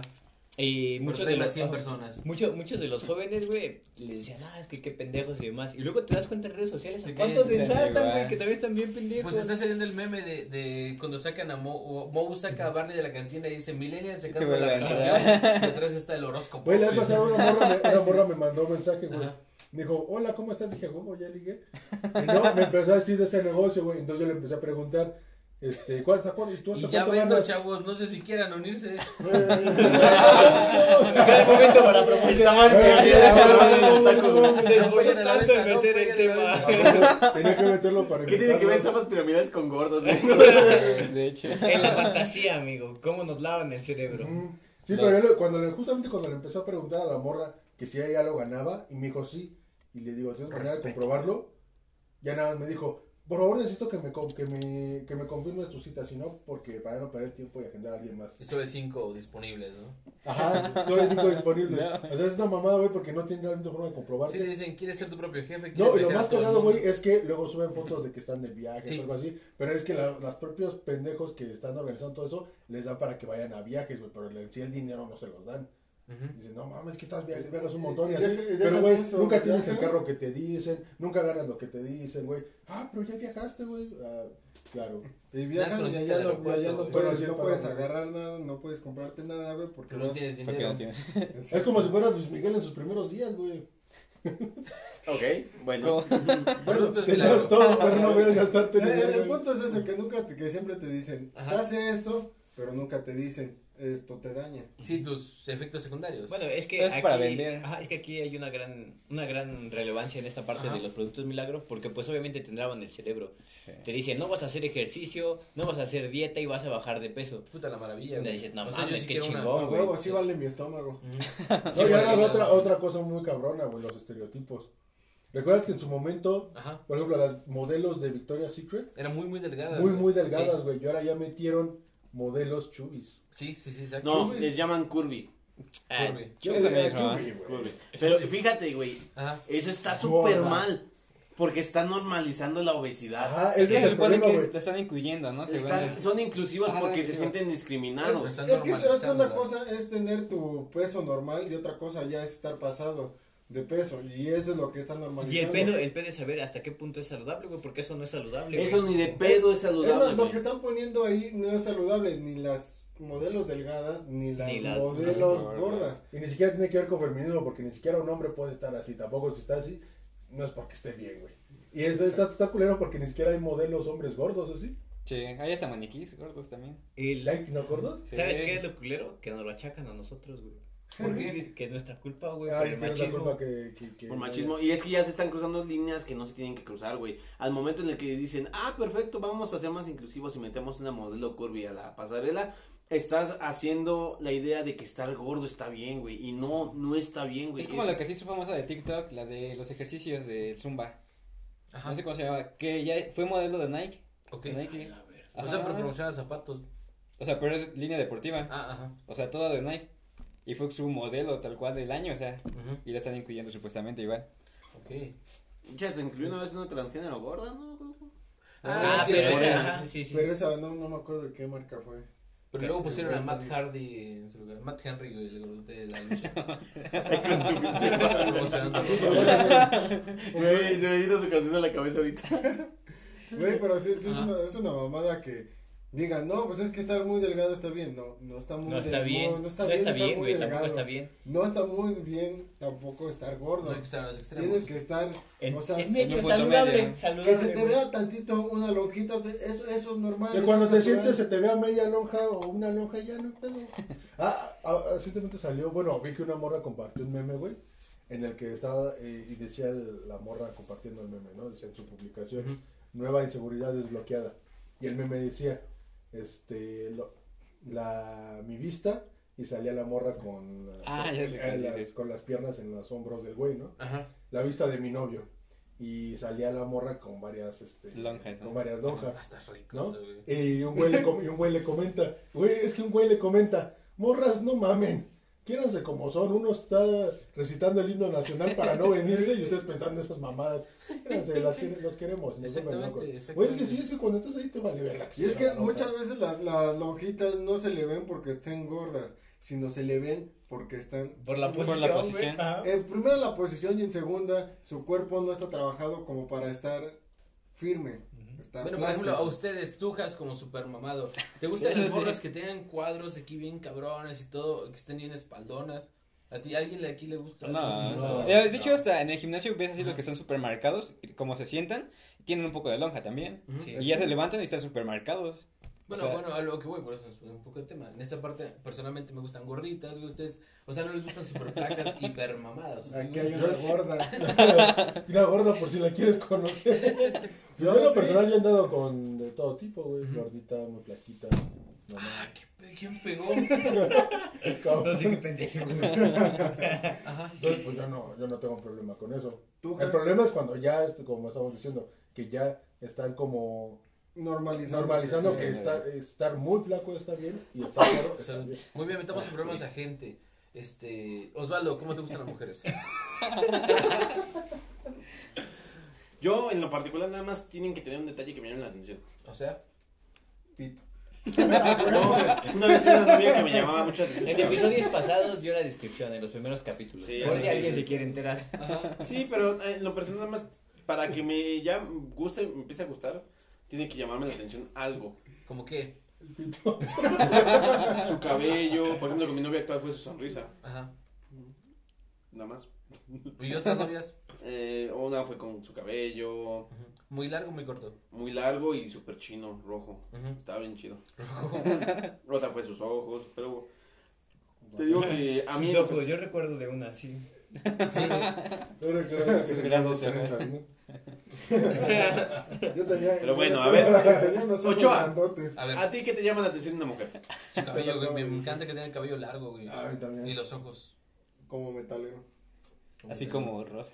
S4: Y
S1: Muchos
S4: muchos de los
S1: 100
S4: ajá,
S1: personas.
S4: mucho- muchos de los jóvenes, güey, le decían, ah, es que qué pendejos y demás. Y luego te das cuenta en redes sociales a
S1: Que
S4: cuántos
S1: caen
S4: se
S7: en
S4: saltan,
S7: pendejo,
S4: güey,
S7: ah.
S4: que también están bien pendejos.
S1: Pues está saliendo el meme de, de cuando sacan a Mo, o Mo saca a Barney de la cantina y dice Millennials se
S7: Se
S1: cambia la
S7: vuelve a
S1: cantina. Detrás está el horóscopo.
S2: Güey, la vez pasada una morra, me, una morra me mandó un mensaje, güey.
S1: Ajá.
S2: Dijo, hola, ¿cómo estás? Dije, ¿cómo? Ya ligué. Y no, me empezó a decir de ese negocio, güey. Entonces yo le empecé a preguntar, este, ¿cuál está cuándo? ¿Y tú hasta
S1: Y ya
S2: cuánto
S1: vendo,
S2: ganas?
S1: chavos, no sé si quieran unirse.
S4: el momento para promocionar. Se esforzó
S1: Vayan a la
S4: tanto en
S1: mesa, no,
S4: meter el
S1: vayan a la
S4: tema.
S1: mesa.
S2: Tenía que meterlo para
S3: ¿Qué tiene que ver
S2: invitarlo.
S3: estabas piramidales con gordos, güey?
S7: De hecho.
S4: En la fantasía, amigo, cómo nos lavan el cerebro.
S2: Mm. Sí, pero yo le- cuando le, justamente cuando le empezó a preguntar a la morra que si ella lo ganaba, y me dijo sí, y le digo, ¿tienes manera de comprobarlo? Ya nada más me dijo, por favor necesito que me, con- que me, que me confirmes tu cita, si no, porque para no perder tiempo y agendar a alguien más.
S1: Y solo hay cinco disponibles, ¿no?
S2: Ajá, solo hay cinco disponibles. O sea, es una mamada, güey, porque no tiene la misma forma de
S1: Sí, te
S2: comprobarte.
S1: dicen, ¿quieres ser tu propio jefe? ¿Quieres
S2: No, y lo
S1: viajar a
S2: más
S1: todo el
S2: cagado,
S1: mundo?"
S2: güey, es que luego suben fotos de que están de viaje
S1: Sí.
S2: o algo así. Pero es que la- los propios pendejos que están organizando todo eso les dan para que vayan a viajes, güey. Pero en sí el dinero no se los dan.
S1: Ujú.
S2: Dicen, no mames, que estás viajando, viajas un montón y
S5: Y
S2: así.
S5: deja- y deja
S2: pero, güey,
S5: eso,
S2: nunca
S5: viaja.
S2: tienes el carro que te dicen, nunca ganas lo que te dicen, güey. Ah, pero ya viajaste, güey. Ah, claro.
S5: Y viajan y
S1: conociste
S5: allá
S1: al
S5: no,
S1: aeropuerto,
S5: allá no
S1: güey.
S5: puedes,
S2: Sí,
S5: no
S2: para-
S5: puedes agarrar nada, no puedes comprarte nada, güey, porque
S1: Pero no
S5: vas-
S1: tienes
S7: Porque no
S1: dinero.
S7: tiene.
S2: Es como si fueras Luis Miguel en sus primeros días, güey.
S3: Ok, bueno.
S1: Productos
S2: Tenías
S1: milagro.
S2: todo, pero no puedes
S5: Eh,
S2: gastarte
S5: el,
S2: dinero.
S5: punto es ese, que nunca, te- que siempre te dicen,
S1: Ajá.
S5: haz esto, pero nunca te dicen, esto te daña.
S1: Sí, tus efectos secundarios.
S4: Bueno, es que
S7: Es
S4: aquí,
S7: para vender.
S4: ajá, es que aquí hay una gran, una gran relevancia en esta parte de los productos milagro, porque pues obviamente te en el cerebro.
S7: Sí.
S4: Te dicen, no vas a hacer ejercicio, no vas a hacer dieta y vas a bajar de peso.
S1: puta la maravilla.
S4: Le
S1: güey.
S4: dices, no
S1: O sea, yo
S4: mames,
S1: sí
S4: qué
S1: quiero una-
S4: chingón.
S5: A
S4: Ah, güey.
S5: huevo, así vale mi estómago.
S1: Sí,
S2: No, y
S1: güey,
S2: ahora
S1: no.
S2: otra, otra cosa muy cabrona, güey, los estereotipos. ¿Recuerdas que en su momento,
S1: Ajá.
S2: por ejemplo, las modelos de Victoria's Secret,
S1: Era muy, muy delgada.
S2: muy, muy
S1: güey.
S2: delgadas, güey, y ahora ya metieron modelos chubis.
S1: Sí, sí, sí, exacto.
S3: No, les llaman curvy.
S4: Ah,
S1: Curvy.
S4: yo
S2: Eh,
S4: también, mamá.
S2: chubby, güey.
S3: curvy. Pero fíjate, güey,
S1: Ajá.
S3: eso está súper
S2: Gorda.
S3: mal. Porque están normalizando la obesidad.
S2: Ajá,
S7: Es
S2: ese
S7: que
S2: es
S7: se
S2: el
S7: supone
S2: problema,
S7: que
S2: güey.
S7: la están incluyendo, ¿no? Según
S3: Están-
S7: el-
S3: son inclusivas
S7: Ajá,
S3: porque se
S7: sí.
S3: sienten
S4: Ah,
S1: Pero
S3: discriminados.
S1: están
S5: Es que es que una
S1: normalizándola.
S5: cosa es tener tu peso normal y otra cosa ya es estar pasado de peso. Y eso es lo que está
S4: Y el
S5: normalizando.
S4: pedo, el pedo es saber hasta qué punto es saludable, güey, porque eso no es saludable. güey.
S3: Eso ni de pedo es
S5: Es más,
S3: saludable.
S5: lo que
S3: güey.
S5: están poniendo ahí no es saludable, ni las modelos delgadas, ni las,
S4: Ni las
S5: modelos
S7: gordas.
S5: gordas.
S2: Y ni siquiera tiene que ver con feminismo, porque ni siquiera un hombre puede estar así. Tampoco si está así, no es porque esté bien, güey. Y es, está, está culero porque ni siquiera hay modelos hombres gordos, así.
S7: Che, hay hasta maniquís gordos también.
S4: El-
S2: Like, ¿no gordos?
S7: Sí.
S4: ¿Sabes qué es lo culero? Que nos lo achacan a nosotros, güey.
S1: ¿Por qué?
S4: Que es nuestra culpa, güey, por
S2: Ay,
S4: el
S2: que es la
S4: machismo.
S2: culpa que, que, que-
S3: Por machismo. Y es que ya se están cruzando líneas que no se tienen que cruzar, güey. Al momento en el que dicen, ah, perfecto, vamos a ser más inclusivos y metemos una modelo curvy a la pasarela, estás haciendo la idea de que estar gordo está bien, güey. Y no, no está bien, güey.
S7: Es como
S3: Es-
S7: la que se hizo famosa de TikTok, la de los ejercicios de Zumba.
S1: Ajá.
S7: No sé cómo se llamaba. Que ya fue modelo de Nike.
S1: Ok. Ah,
S7: de Nike.
S1: O sea,
S7: Ajá.
S1: pero promocionar zapatos.
S7: O sea, pero es línea deportiva.
S1: Ah, ajá.
S7: O sea, todo de Nike. Y fue su modelo tal cual del año, o sea.
S1: Ujú.
S7: Y la están incluyendo supuestamente igual.
S1: Ok.
S3: Ya se incluyó una vez una transgénero gorda, ¿no?
S1: Ah, sí,
S4: pero
S1: por
S4: esa,
S1: eso.
S4: ajá, sí, sí.
S5: Pero esa no, no me acuerdo de qué marca fue.
S1: Pero luego pusieron a Matt Hardy en su lugar. Matt Henry, güey, el gordote de la lucha. Promocionando.
S3: Güey, yo he oído su canción en la cabeza ahorita.
S5: Güey, pero sí, sí es,
S1: Ajá.
S5: una, es una mamada que digan, no, pues es que estar muy delgado está bien. No, no está muy
S4: No está
S5: del-
S4: bien.
S5: No, está bien, estar muy
S4: güey, tampoco
S5: delgado.
S4: está bien.
S5: No está muy bien tampoco estar gordo.
S1: No hay que estar a los extremos.
S5: Tienes que estar,
S4: En,
S5: o sea,
S4: en medio,
S7: en un punto medio,
S4: saludable,
S7: ¿no?
S4: saludable.
S5: que se te
S4: güey.
S5: vea tantito una lonjita, te- eso, eso es normal.
S2: Que
S5: eso
S2: cuando
S5: es
S2: te
S5: natural.
S2: sientes se te vea media lonja o una lonja ya no hay pedo. Ah, ah, ah, recientemente salió, bueno, vi que una morra compartió un meme, güey, en el que estaba eh, y decía el- la morra compartiendo el meme, ¿no? Decía en su publicación, nueva inseguridad desbloqueada. Y el meme decía, este, lo- la, mi vista y salía la morra con,
S7: Ah, ya sé
S2: eh,
S7: cuál
S2: las-
S7: dices.
S2: con las piernas en los hombros del güey, ¿no?
S1: Ajá.
S2: La vista de mi novio. Y salía la morra con varias, este,
S7: Lonjas, ¿no?
S2: con varias lonjas.
S1: Ah, Está rico,
S2: ¿no?
S1: eso, güey.
S2: Y un güey le, com- y un güey le comenta, güey, es que un güey le comenta, morras, no mamen, quiéranse como son, uno está recitando el himno nacional para no venirse y ustedes pensando esas mamadas, quiéranse, las que- los queremos, no se me
S1: Exactamente,
S2: locos". Güey, es
S1: exactamente.
S2: que sí, es que cuando estás ahí te vale verla.
S5: Y es que muchas veces las, las lonjitas no se le ven porque estén gordas, sino se le ven porque están...
S4: Por la
S7: Por
S4: posición.
S7: la
S4: güey.
S7: posición.
S4: Ajá.
S5: En primera eh, la posición y en segunda su cuerpo no está trabajado como para estar firme. Está
S1: Bueno, por ejemplo,
S5: plácido.
S1: a ustedes, tujas como super mamado, ¿te gustan
S7: Ya
S1: las
S7: lo
S1: morras
S7: sé.
S1: que tengan cuadros aquí bien cabrones y todo, que estén bien espaldonas? ¿A ti, alguien de aquí le gusta? No.
S7: No, no. Eh, De hecho, hasta en el gimnasio ves así los que son supermercados, y como se sientan, tienen un poco de lonja también.
S1: Ujú.
S4: Sí.
S7: Y ya se levantan y están supermercados.
S1: Bueno,
S7: O sea-
S1: bueno, a lo que voy, por eso es un poco de tema. En esa parte, personalmente me gustan gorditas, güey, ustedes, o sea, no les gustan super flacas, hiper mamadas.
S5: Aquí hay una gorda.
S2: Una gorda por si la quieres conocer. Pues Yo en lo personal yo he andado con de todo tipo, güey, gordita, muy flaquita. no mames,
S1: Ah, ¿qué pe- ¿quién pegó?
S2: cabrón.
S4: No sé qué pendejo.
S1: Ajá.
S2: Entonces, pues yo no, yo no tengo problema con eso.
S5: Tú,
S2: El
S5: Jas-
S2: problema es cuando ya, este, como estamos diciendo, que ya están como
S5: Normalizando.
S2: normalizando que
S5: Sí.
S2: está- estar muy flaco está bien y estar claro está
S1: Salud.
S2: bien.
S1: Muy bien, metamos en problemas a gente. Este, Osvaldo, ¿cómo te gustan las mujeres?
S3: Yo, en lo particular, nada más tienen que tener un detalle que me llame la atención.
S1: O sea,
S5: Pito.
S3: No, güey, una vez tuve una novia que me llamaba mucho la
S4: En
S3: atención.
S4: episodios pasados dio la descripción, en los primeros capítulos.
S3: Sí,
S4: Por
S3: sí,
S4: si alguien
S3: sí.
S4: se quiere enterar.
S1: ajá.
S3: Sí, pero eh, en lo personal, nada más para que me ya guste, me empiece a gustar, tiene que llamarme la atención algo.
S1: ¿Cómo qué?
S3: Su cabello, por ejemplo, con mi novia actual fue su sonrisa,
S1: Ajá.
S3: nada más.
S1: ¿Y otras novias?
S3: Eh, una fue con su cabello,
S1: Muy largo, muy corto.
S3: Muy largo y súper chino, rojo.
S1: Ujú.
S3: Estaba bien chido. Otra fue sus ojos, pero. Te digo que a mí.
S4: Sus ojos, yo recuerdo de una, sí.
S2: Era que-
S7: Sí, mirándose,
S2: era que-
S7: ajá.
S5: Yo tenía.
S3: Pero bueno, a
S5: yo
S3: ver.
S5: tenía unos ojos
S3: Ochoa.
S5: grandotes.
S1: A ver,
S3: ¿A ti qué te llama la atención de una mujer?
S1: su cabello, güey. Me encanta que tenga el cabello largo, güey.
S5: Ah,
S2: A mí también.
S1: Y los ojos.
S5: Como metalero.
S7: Así como rosa.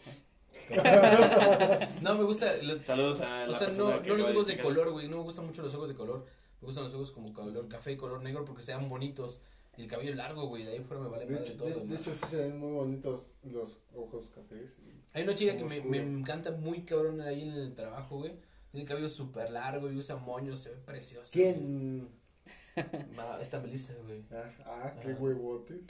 S1: No, me gusta. lo-
S3: Saludos a
S1: o
S3: la
S1: sea,
S3: persona
S1: no,
S3: que
S1: no los
S3: acaba
S1: ojos de
S3: checar.
S1: color, güey. No me gustan mucho los ojos de color. Me gustan los ojos como color café y color negro porque sean bonitos. Y el cabello largo, güey. De ahí fuera me vale
S5: De
S1: madre
S5: hecho,
S1: todo.
S5: de-
S1: güey.
S5: de hecho, sí se ven muy bonitos los ojos cafés. y-
S1: Hay una chica que me, me
S5: Oscuro.
S1: encanta muy cabrón ahí en el trabajo, güey. Tiene el cabello súper largo y usa moños, se ve preciosa.
S5: ¿Quién?
S1: Va, esta Melissa, güey.
S5: Ah, ah, qué
S1: Ajá.
S5: huevotes.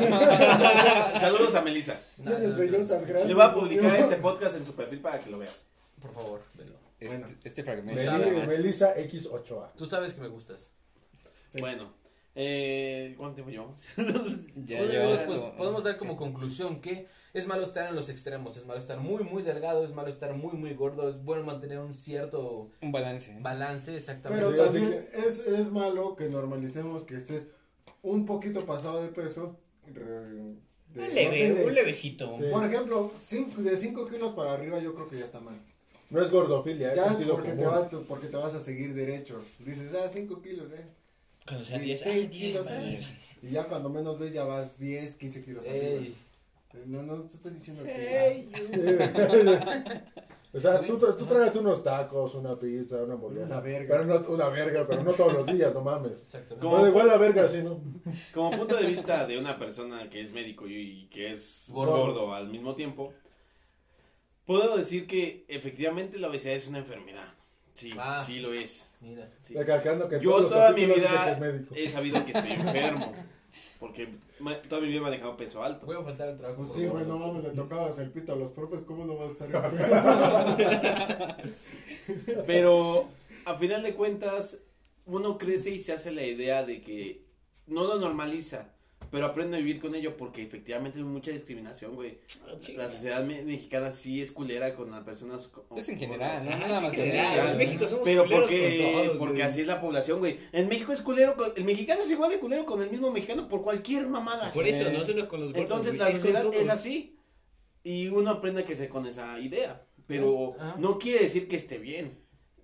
S3: Saludos a Melissa.
S1: No,
S5: Tienes
S1: no,
S5: bellotas
S1: no.
S5: grandes.
S3: Le voy a publicar
S5: tío.
S3: este podcast en su perfil para que lo veas.
S1: Por favor, velo.
S7: Este,
S5: Bueno.
S7: este fragmento.
S1: Pues sabe.
S2: Meli- Melissa X8A.
S1: Tú sabes que me gustas.
S5: Sí.
S3: Bueno, eh, ¿cuánto tiempo llevamos?
S7: Ya
S1: podemos,
S7: llevas
S1: pues,
S7: como-
S1: podemos dar como conclusión que es malo estar en los extremos, es malo estar muy, muy delgado, es malo estar muy, muy gordo, es bueno mantener un cierto
S7: un balance.
S1: balance,
S5: Pero
S1: exactamente.
S2: Pero
S5: también es, es malo que normalicemos que estés un poquito pasado de peso. re- de-
S4: Un
S5: no
S4: leve,
S5: sé, de-
S4: un levecito.
S5: Por ejemplo, cinco- de 5 kilos para arriba yo creo que ya está mal.
S2: No es gordofilia, es
S5: Ya
S2: sentido
S5: porque te,
S2: común.
S5: va- tú- porque te vas a seguir derecho. Dices, ah, 5 kilos, eh.
S4: Cuando sea ah, 10,
S5: Dieciséis
S4: ay, 10,
S5: kilos,
S4: vale.
S5: eh. Y ya cuando menos ves ya vas 10, 15 kilos arriba. Eh,
S1: Ey,
S5: No, no, te estoy diciendo que...
S2: O sea, tú, tú trágate unos tacos, una pizza, una hamburguesa.
S5: Una verga.
S2: Pero no, una verga, pero no todos los días, no mames.
S1: exactamente.
S3: ¿Cómo?
S2: No, igual la verga, sí, ¿no?
S3: Como punto de vista de una persona que es médico y y que es
S1: Gordo.
S3: gordo, al mismo tiempo, puedo decir que efectivamente la obesidad es una enfermedad. Sí,
S1: Ah.
S3: sí lo es.
S1: Mira,
S3: sí.
S2: Recalcando que
S3: Yo
S2: los
S3: toda mi
S2: capítulos dice
S3: vida
S2: que es médico.
S3: he sabido que estoy enfermo. Porque ma- toda mi vida he manejado peso alto.
S1: voy a faltar al trabajo.
S5: Pues
S1: por
S5: sí,
S1: favor.
S5: güey, no mames, le tocabas el pito a los profes, ¿cómo no vas a estar enfermo?
S3: Pero a final de cuentas, uno crece y se hace la idea de que no lo normaliza, pero aprende a vivir con ello porque efectivamente hay mucha discriminación, güey. La sociedad me- mexicana sí es culera con las personas. co-
S7: Es en
S3: con
S7: general,
S3: las-
S7: ¿no?
S4: Ah,
S7: Nada
S4: es
S7: más
S4: que
S7: que
S4: en general,
S7: nada.
S4: en México somos
S3: Pero
S4: culeros
S3: porque,
S4: con todos,
S3: porque
S4: güey.
S3: así es la población, güey. En México es culero, con- el mexicano es igual de culero con el mismo mexicano por cualquier mamada.
S4: Por eso, no solo con los gordos.
S3: Entonces
S4: güey,
S3: la
S4: es con
S3: sociedad es
S4: todos.
S3: así y uno aprende a crecer con esa idea, pero
S1: Ajá.
S3: no quiere decir que esté bien.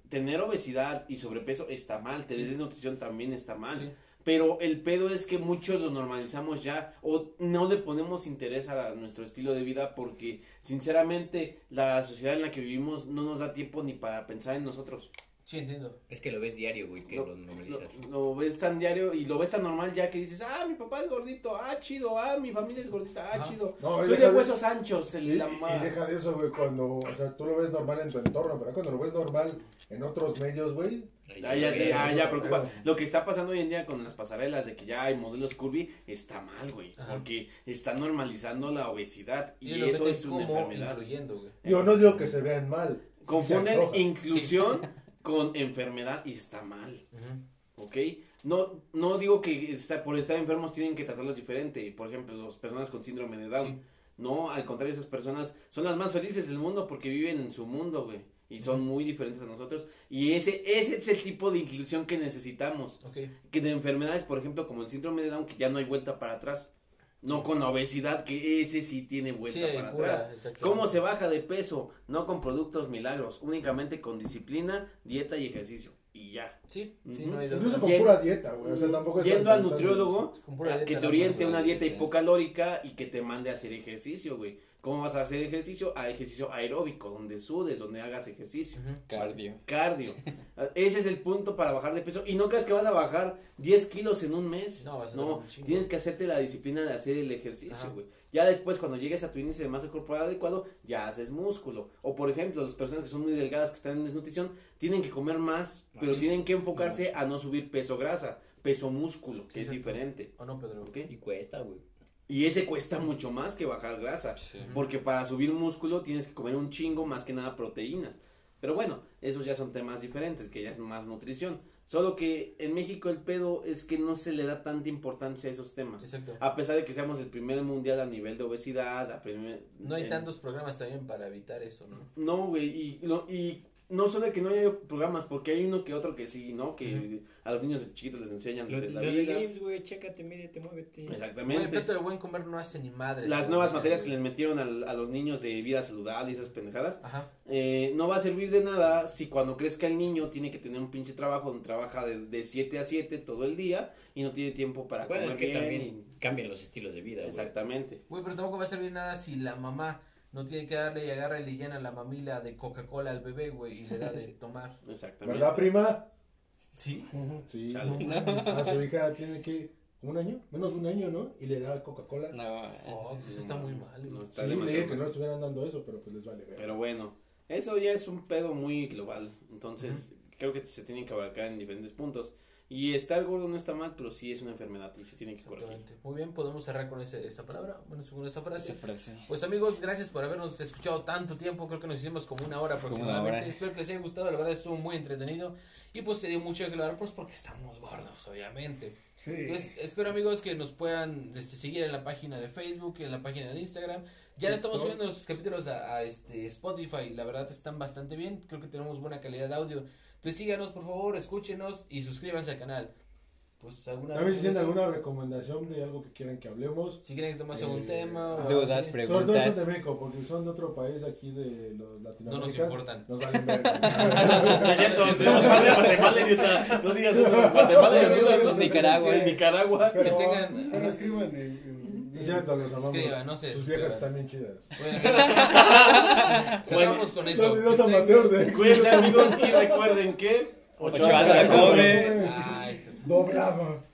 S3: Tener obesidad y sobrepeso está mal, tener desnutrición también está mal.
S1: Sí.
S3: Pero el pedo es que muchos lo normalizamos ya o no le ponemos interés a nuestro estilo de vida porque sinceramente la sociedad en la que vivimos no nos da tiempo ni para pensar en nosotros.
S1: Sí, entiendo.
S4: Es que lo ves diario, güey, que
S3: No,
S4: lo
S3: Lo,
S4: normalizas.
S3: lo ves tan diario y lo ves tan normal ya que dices, ah, mi papá es gordito, ah, chido, ah, mi familia es gordita, ah,
S1: Ajá.
S3: chido.
S2: No, y
S3: Soy de
S2: deja de-
S3: huesos anchos, el
S2: Y,
S3: la
S2: y
S3: mamada.
S2: deja de eso, güey, cuando, o sea, tú lo ves normal en tu entorno, pero cuando lo ves normal en otros medios, güey,
S3: Ah, ya,
S4: güey,
S3: te- ah, ya
S2: no,
S3: preocupa.
S2: no.
S3: Lo que está pasando hoy en día con las pasarelas de que ya hay modelos curvy está mal, güey.
S1: Ajá.
S3: Porque está normalizando la obesidad y,
S1: Y, lo
S3: eso
S1: que
S3: es una
S1: como
S3: enfermedad.
S1: incluyendo, güey.
S2: yo no digo que se vean mal. sí se
S3: Confunden
S2: antoja.
S3: inclusión con enfermedad y está mal.
S1: Ujú.
S3: ¿ok? No, no digo que está, por estar enfermos tienen que tratarlos diferente. Por ejemplo, las personas con síndrome de Down.
S1: Sí.
S3: No, al contrario, esas personas son las más felices del mundo porque viven en su mundo, güey. Y son muy diferentes a nosotros. Y ese, ese es el tipo de inclusión que necesitamos.
S1: Ok.
S3: Que de enfermedades, por ejemplo, como el síndrome de Down, que ya no hay vuelta para atrás. No con la obesidad, que ese sí tiene vuelta
S1: Sí, hay
S3: para
S1: cura,
S3: atrás.
S1: exactamente.
S3: ¿Cómo se baja de peso? No con productos milagros, únicamente con disciplina, dieta y ejercicio. Y ya.
S1: Sí, sí,
S3: Ujú.
S1: no hay de
S2: Incluso
S1: otra.
S2: con
S3: Yen-
S2: pura dieta, güey, Pues, o sea, tampoco es tan
S3: Yendo al
S2: pensando.
S3: nutriólogo,
S1: Con pura
S3: a
S1: dieta,
S3: Ah, que te
S1: la
S3: oriente
S1: verdad,
S3: una dieta
S1: dieta.
S3: hipocalórica y que te mande a hacer ejercicio, güey. ¿Cómo vas a hacer ejercicio? A ejercicio aeróbico, donde sudes, donde hagas ejercicio.
S1: Ujú.
S7: Cardio.
S3: Cardio. Ah, Ese es el punto para bajar de peso. Y no creas que vas a bajar 10 kilos en un mes.
S1: No,
S3: No,
S1: vas a dar un chingo.
S3: tienes que hacerte la disciplina de hacer el
S1: Ajá.
S3: ejercicio, güey. Ya después, cuando llegues a tu índice de masa corporal adecuado, ya haces músculo. O, por ejemplo, las personas que son muy delgadas, que están en desnutrición, tienen que comer más, pero tienen que enfocarse a no subir peso grasa, peso músculo, que
S1: Sí,
S3: es
S1: exacto.
S3: diferente.
S1: ¿O no, Pedro?
S3: ¿ok?
S4: Y cuesta, güey.
S3: Y ese cuesta mucho más que bajar grasa. Porque para subir músculo tienes que comer un chingo más que nada proteínas. Pero bueno, esos ya son temas diferentes, que ya es más nutrición. Solo que en México el pedo es que no se le da tanta importancia a esos temas.
S1: Exacto.
S3: A pesar de que seamos el primer mundial a nivel de obesidad, a primer-
S1: No hay
S3: en-
S1: tantos programas también para evitar eso, ¿no?
S3: No, güey, y, lo- y no solo que no haya programas, porque hay uno que otro que sí, ¿no? Que a los niños de chiquitos les enseñan
S4: Lo,
S3: desde
S4: lo
S3: la
S4: de
S3: vida.
S4: Games, güey, chécate, mídete, muévete.
S1: Güey, el
S3: Exactamente.
S1: plato del buen comer no hace ni madre.
S4: Este,
S3: Las nuevas materias que les metieron al- a los niños de vida saludable y esas pendejadas,
S1: Ajá.
S3: eh, no va a servir de nada si cuando crezca el niño tiene que tener un pinche trabajo donde trabaja de, de 7 a 7 todo el día y no tiene tiempo para
S4: Bueno, es
S3: comer
S4: que
S3: bien.
S4: también cambian los estilos de
S3: y-
S4: vida, güey.
S3: Exactamente.
S1: Güey, pero tampoco va a servir nada si la mamá no tiene que darle y agarra y le llena la mamila de Coca-Cola al bebé, güey, y le da de tomar.
S3: Exactamente.
S2: ¿Verdad, prima?
S1: Sí.
S2: Sí.
S3: Chale.
S2: Ah, su hija tiene que un año, menos de un año, ¿no? Y le da Coca-Cola.
S7: No,
S1: Oh,
S4: Pues
S1: eso está muy mal,
S3: No
S1: güey.
S3: está
S2: sí, le
S3: demasiado
S2: dije que
S3: mal.
S2: no le estuvieran dando eso, pero pues les vale ver.
S3: Pero bueno, eso ya es un pedo muy global. Entonces, creo que se tienen que abarcar en diferentes puntos. Y estar gordo no está mal, pero sí es una enfermedad y se tiene que corregir.
S1: Exactamente. Muy bien, podemos cerrar con ese, esa palabra, bueno, según esa frase.
S7: esa frase.
S1: Pues amigos, gracias por habernos escuchado tanto tiempo, creo que nos hicimos como una hora
S7: una
S1: aproximadamente.
S7: hora.
S1: Espero que les haya gustado, la verdad estuvo muy entretenido y pues se dio mucho que hablar pues porque estamos gordos, obviamente.
S5: Sí.
S1: Entonces, espero amigos que nos puedan este, seguir en la página de Facebook, en la página de Instagram. Ya le estamos subiendo los capítulos a, a, este Spotify, la verdad están bastante bien, creo que tenemos buena calidad de audio. Entonces síganos por favor, escúchenos y suscríbanse al canal. Pues alguna
S2: A ver si tienen
S1: recomendación?
S2: alguna recomendación de algo que quieran que hablemos.
S1: si quieren que tomemos
S2: Eh,
S1: algún tema o
S7: Dudas,
S1: así.
S2: Sobre todo son
S7: preguntas.
S2: de México, porque son de otro país aquí de los latinoamericanos.
S1: importan.
S2: Nos valen ver.
S3: No es cierto, te vas de Guatemala, idiota. No digas eso. Guatemala y Honduras, no sé.
S7: Nicaragua.
S3: En Nicaragua. eh.
S5: Pero,
S1: tengan-
S5: pero escriban en, en-
S2: Es cierto, los amamos.
S1: Escriban, no se
S2: Sus viejas
S1: suscriban.
S2: están bien chidas.
S1: Bueno, amigos, cerramos con eso.
S2: Los videos
S1: Que estén-
S2: amateur de
S3: Cuídense, amigos, y recuerden que.
S7: Ocho altas de cobre.
S1: Ay, Jesús.
S2: doblado.